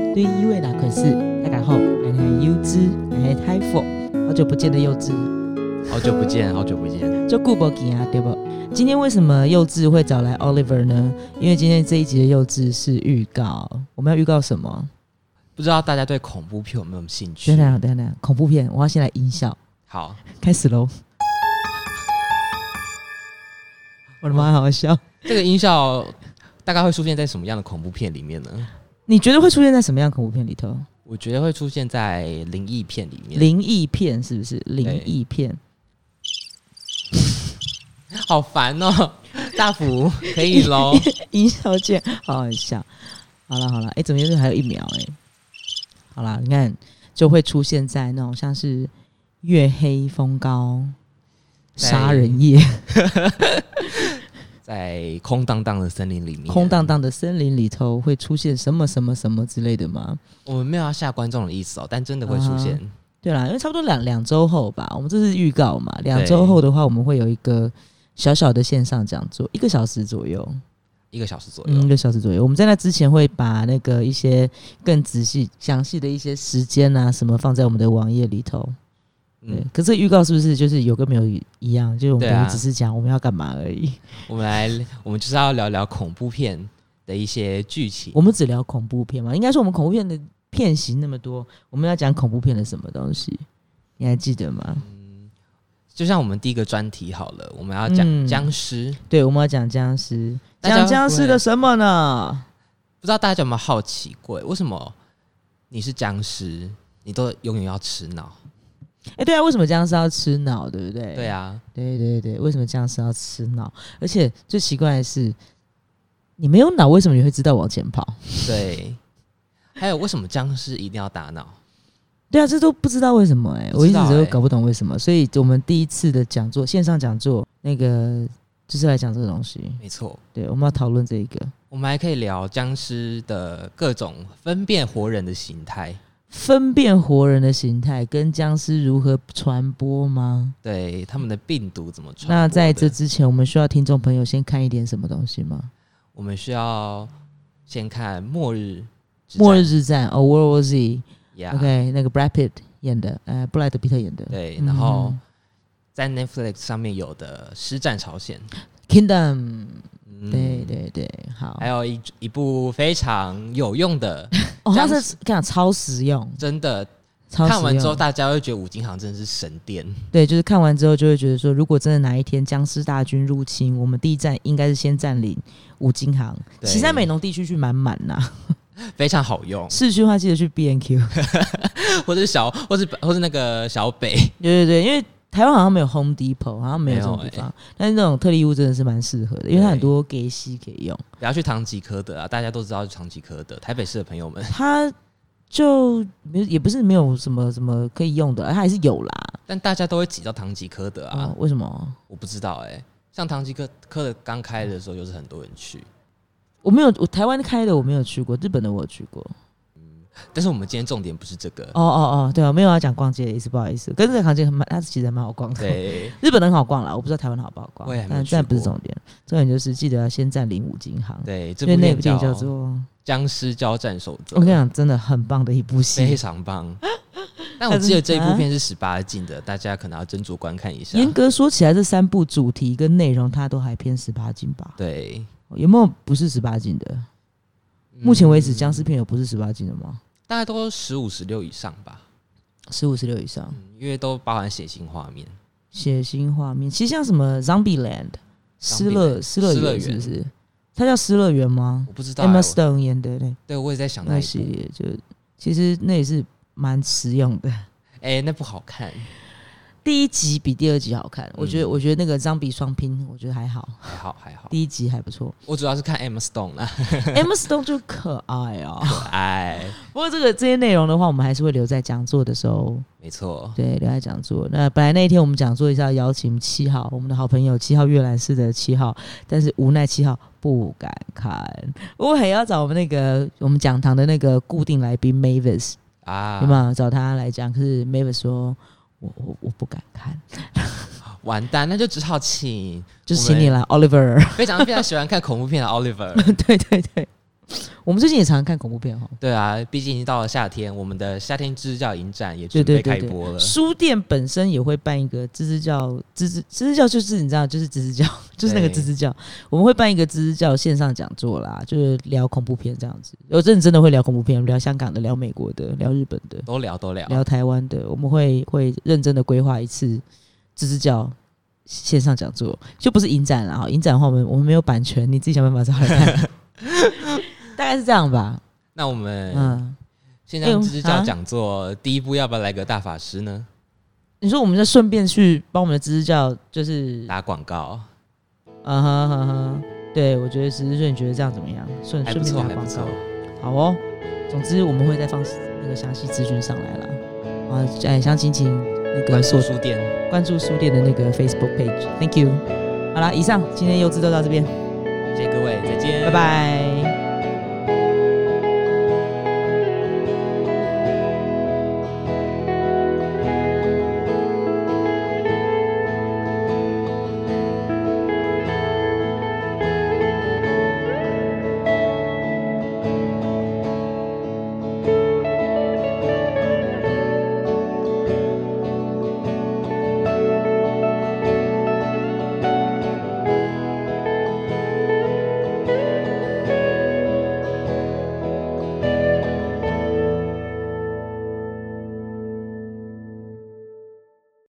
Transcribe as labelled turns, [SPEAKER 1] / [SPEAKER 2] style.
[SPEAKER 1] 大家是大家好，俺是优之，俺是泰佛，好久不见的幼稚，
[SPEAKER 2] 好久不见，好久不见。
[SPEAKER 1] 就顾博吉啊，对不？今天为什么幼稚会找来 Oliver 呢？因为今天这一集的幼稚是预告，我们要预告什么？
[SPEAKER 2] 不知道大家对恐怖片有没有兴
[SPEAKER 1] 等
[SPEAKER 2] 趣
[SPEAKER 1] 一？下，等一下，等一下，恐怖片，我要先来音效，
[SPEAKER 2] 好，
[SPEAKER 1] 开始喽！我的妈，好好笑！
[SPEAKER 2] 这个音效大概会出现在什么样的恐怖片里面呢？
[SPEAKER 1] 你觉得会出现在什么样的恐怖片里头？
[SPEAKER 2] 我觉得会出现在灵异片里面。
[SPEAKER 1] 灵异片是不是？灵异片，
[SPEAKER 2] 好烦 哦，大福可以喽。
[SPEAKER 1] 音效键，好好笑。好了好了，哎、怎么又是还有一秒、哎，好了，你看就会出现在那种像是月黑风高、
[SPEAKER 2] 在
[SPEAKER 1] 杀人夜、
[SPEAKER 2] 在空荡荡的森林里面，
[SPEAKER 1] 空荡。荡的森林里头会出现什么什么什么之类的吗？
[SPEAKER 2] 我们没有要吓观众的意思哦，但真的会出
[SPEAKER 1] 啊
[SPEAKER 2] 现。
[SPEAKER 1] 对啦，因为差不多两两周后吧，我们这是预告嘛，两周后的话，我们会有一个小小的线上讲座，一个小时左右。
[SPEAKER 2] 一个小时左右，
[SPEAKER 1] 嗯，一个小时左右。我们在那之前会把那个一些更仔细、详细的一些时间啊什么放在我们的网页里头。对，
[SPEAKER 2] 嗯，
[SPEAKER 1] 可是预告是不是就是有跟没有一样？就是我们
[SPEAKER 2] 对啊
[SPEAKER 1] 等于只是讲我们要干嘛而已。
[SPEAKER 2] 我们来，我们就是要聊聊恐怖片的一些剧情。
[SPEAKER 1] 我们只聊恐怖片嘛，应该说我们恐怖片的片型那么多，我们要讲恐怖片的什么东西？你还记得
[SPEAKER 2] 嗯
[SPEAKER 1] 吗？
[SPEAKER 2] 就像我们第一个专题好了，我们要讲
[SPEAKER 1] 嗯
[SPEAKER 2] 僵尸。
[SPEAKER 1] 对，我们要讲僵尸，
[SPEAKER 2] 大家
[SPEAKER 1] 讲僵尸
[SPEAKER 2] 会
[SPEAKER 1] 的什么呢？
[SPEAKER 2] 不知道大家有没有好奇过，为什么你是僵尸，你都永远要吃脑？
[SPEAKER 1] 哎、对啊，为什么僵尸要吃脑？对不对？
[SPEAKER 2] 对啊，
[SPEAKER 1] 对对对，为什么僵尸要吃脑？而且最奇怪的是，你没有脑，为什么你会知道往前跑？
[SPEAKER 2] 对。 还有为什么僵尸一定要打脑？
[SPEAKER 1] 对啊，这都不知道为什么哎、
[SPEAKER 2] 不
[SPEAKER 1] 我一
[SPEAKER 2] 知
[SPEAKER 1] 直
[SPEAKER 2] 道
[SPEAKER 1] 都
[SPEAKER 2] 欸
[SPEAKER 1] 搞不懂为什么。所以我们第一次的讲座，线上讲座，那个就是来讲这个东西。
[SPEAKER 2] 没错，
[SPEAKER 1] 对，我们要讨论这一个
[SPEAKER 2] 我们还可以聊僵尸的各种分辨活人的形态。
[SPEAKER 1] 分辨活人的形态跟僵尸如何传播吗？
[SPEAKER 2] 对他们的病毒怎么传播的？
[SPEAKER 1] 那在这之前，我们需要听众朋友先看一点什么东西吗？
[SPEAKER 2] 我们需要先看《末日之战》
[SPEAKER 1] 末日之战哦，World War Z。
[SPEAKER 2] 呀
[SPEAKER 1] OK，那个 Brad Pitt 演的，呃，布莱德皮特演的。
[SPEAKER 2] 对，
[SPEAKER 1] 嗯
[SPEAKER 2] 然后在 Netflix 上面有的《师战朝鲜》
[SPEAKER 1] Kingdom，
[SPEAKER 2] 嗯
[SPEAKER 1] 对，对对，好
[SPEAKER 2] 还。有一一部非常有用的，
[SPEAKER 1] 哦，他
[SPEAKER 2] 僵
[SPEAKER 1] 是跟你讲超实用，
[SPEAKER 2] 真的
[SPEAKER 1] 超实用
[SPEAKER 2] 看完之后，大家会觉得五金行真的是神殿。
[SPEAKER 1] 对，就是看完之后就会觉得说，如果真的哪一天僵尸大军入侵，我们第一站应该是先占领五金行，
[SPEAKER 2] 对
[SPEAKER 1] 旗山美浓地区去满满呐。
[SPEAKER 2] 非常好用，
[SPEAKER 1] 市区的话记得去 B N Q。
[SPEAKER 2] 或者是小，或是或是那个小北，
[SPEAKER 1] 对对对，因为台湾好像没有 Home Depot，好像没有这种地
[SPEAKER 2] 没有欸
[SPEAKER 1] 方，但是那种特例屋真的是蛮适合的，因为它
[SPEAKER 2] 对
[SPEAKER 1] 很多给息可以用。
[SPEAKER 2] 不要去唐吉诃德啊！大家都知道是唐吉诃德，台北市的朋友们，
[SPEAKER 1] 它就没有也不是没有什么什么可以用的，它还是有啦。
[SPEAKER 2] 但大家都会挤到唐吉诃德啊！
[SPEAKER 1] 哦，为什么？
[SPEAKER 2] 我不知道哎、像唐吉诃诃德刚开的时候，就是很多人去，
[SPEAKER 1] 我没有，我台湾开的我没有去过，日本的我有去过。
[SPEAKER 2] 但是我们今天重点不是这个，
[SPEAKER 1] 哦哦哦，对啊，没有要讲逛街的意思，不好意思。跟这个行情很蛮，它其实还蛮好逛的。，
[SPEAKER 2] 对，
[SPEAKER 1] 日本的很好逛啦，我不知道台湾好不好逛
[SPEAKER 2] 我也还，没
[SPEAKER 1] 但
[SPEAKER 2] 去
[SPEAKER 1] 但不是
[SPEAKER 2] 过
[SPEAKER 1] 重点，重点就是记得要先占领五金行。
[SPEAKER 2] 对，这
[SPEAKER 1] 因为
[SPEAKER 2] 部
[SPEAKER 1] 那
[SPEAKER 2] 电
[SPEAKER 1] 部电
[SPEAKER 2] 影
[SPEAKER 1] 影叫
[SPEAKER 2] 叫
[SPEAKER 1] 做
[SPEAKER 2] 《僵尸交战守则
[SPEAKER 1] 我》跟你，讲，真的很棒的一部
[SPEAKER 2] 非
[SPEAKER 1] 戏。
[SPEAKER 2] 常棒。但我记得这一部片是十八禁的，大家可能要斟酌观看一下。
[SPEAKER 1] 严格说起来，这三部主题跟内容它都还偏十八禁吧？
[SPEAKER 2] 对，
[SPEAKER 1] 有没有不是十八禁的？
[SPEAKER 2] 嗯
[SPEAKER 1] 目前为止，僵尸片有不是十八禁的吗？
[SPEAKER 2] 大概都十五、十六以上吧，
[SPEAKER 1] 十五、十六以上，
[SPEAKER 2] 嗯因为都包含血腥画面。
[SPEAKER 1] 血腥画面，其实像什么《Zombie Land》、《失乐失乐
[SPEAKER 2] 失乐
[SPEAKER 1] 园》
[SPEAKER 2] 园
[SPEAKER 1] 是不是？它叫《失乐园》吗
[SPEAKER 2] 我不知道、
[SPEAKER 1] ？Emma
[SPEAKER 2] 欸，我
[SPEAKER 1] Stone 演的那
[SPEAKER 2] 对我也在想
[SPEAKER 1] 那
[SPEAKER 2] 那
[SPEAKER 1] 个
[SPEAKER 2] 一
[SPEAKER 1] 系
[SPEAKER 2] 部，
[SPEAKER 1] 列，就其实那也是蛮实用的。
[SPEAKER 2] 哎、那不好看，
[SPEAKER 1] 第一集比第二集好看，我觉得，我觉得那个《Zombie 双拼》我觉得还嗯好，
[SPEAKER 2] 还好还 好。
[SPEAKER 1] 第一集还不错。
[SPEAKER 2] 我主要是看 Emma Stone 啦，
[SPEAKER 1] Emma Stone 就可爱啊。
[SPEAKER 2] 哎，
[SPEAKER 1] 不过这个这些内容的话，我们还是会留在讲座的时候
[SPEAKER 2] 没错，
[SPEAKER 1] 对，留在讲座。那本来那一天我们讲座是要邀请七号，我们的好朋友七号阅览室的七号，但是无奈七号不敢看，我还要找我们那个我们讲堂的那个固定来宾 Mavis，、
[SPEAKER 2] 啊，
[SPEAKER 1] 有没有找他来讲？可是 Mavis 说。我我我不敢看，
[SPEAKER 2] 完蛋，那就只好请
[SPEAKER 1] 就是
[SPEAKER 2] 我
[SPEAKER 1] 请你
[SPEAKER 2] 们
[SPEAKER 1] 来 Oliver。
[SPEAKER 2] 非常非常喜欢看恐怖片的 Oliver，
[SPEAKER 1] 对对对，我们最近也常常看恐怖片哈。哦
[SPEAKER 2] 对啊，毕竟已经到了夏天，我们的夏天支教影展也
[SPEAKER 1] 对
[SPEAKER 2] 准
[SPEAKER 1] 对
[SPEAKER 2] 备
[SPEAKER 1] 对
[SPEAKER 2] 开
[SPEAKER 1] 对
[SPEAKER 2] 播了。
[SPEAKER 1] 书店本身也会办一个知识教知识知识教，就是你知道，就是知识教， 就是那个
[SPEAKER 2] 对
[SPEAKER 1] 知识教，我们会办一个知识教线上讲座啦，就是聊恐怖片这样子。有认真的会聊恐怖片，聊香港的，聊美国的，聊日本的，
[SPEAKER 2] 都聊都聊，
[SPEAKER 1] 聊台湾的，我们会会认真的规划一次知识教。线上讲座就不是影展啦，影展的话我们我们没有版权，你自己想办法找来看。大概是这样吧，
[SPEAKER 2] 那我们
[SPEAKER 1] 嗯，
[SPEAKER 2] 线
[SPEAKER 1] 哎呦
[SPEAKER 2] 上支
[SPEAKER 1] 啊
[SPEAKER 2] 教讲座第一步要不要来个大法师呢？
[SPEAKER 1] 你说我们再顺便去帮我们的知识教，就是
[SPEAKER 2] 打广告
[SPEAKER 1] 啊哈哈哈，对，我觉得只是说你觉得这样怎么样？顺
[SPEAKER 2] 还
[SPEAKER 1] 顺
[SPEAKER 2] 不
[SPEAKER 1] 便
[SPEAKER 2] 错，
[SPEAKER 1] 打
[SPEAKER 2] 还
[SPEAKER 1] 广
[SPEAKER 2] 不错
[SPEAKER 1] 告，。好哦。总之我们会再放那个详细资讯上来了。啊，哎，详情请那个
[SPEAKER 2] 关
[SPEAKER 1] 锁
[SPEAKER 2] 注书店，
[SPEAKER 1] 关注书店的那个 Facebook page。Thank you。好啦，以上今天优质都到这边，
[SPEAKER 2] 谢谢各位，再见，
[SPEAKER 1] 拜拜。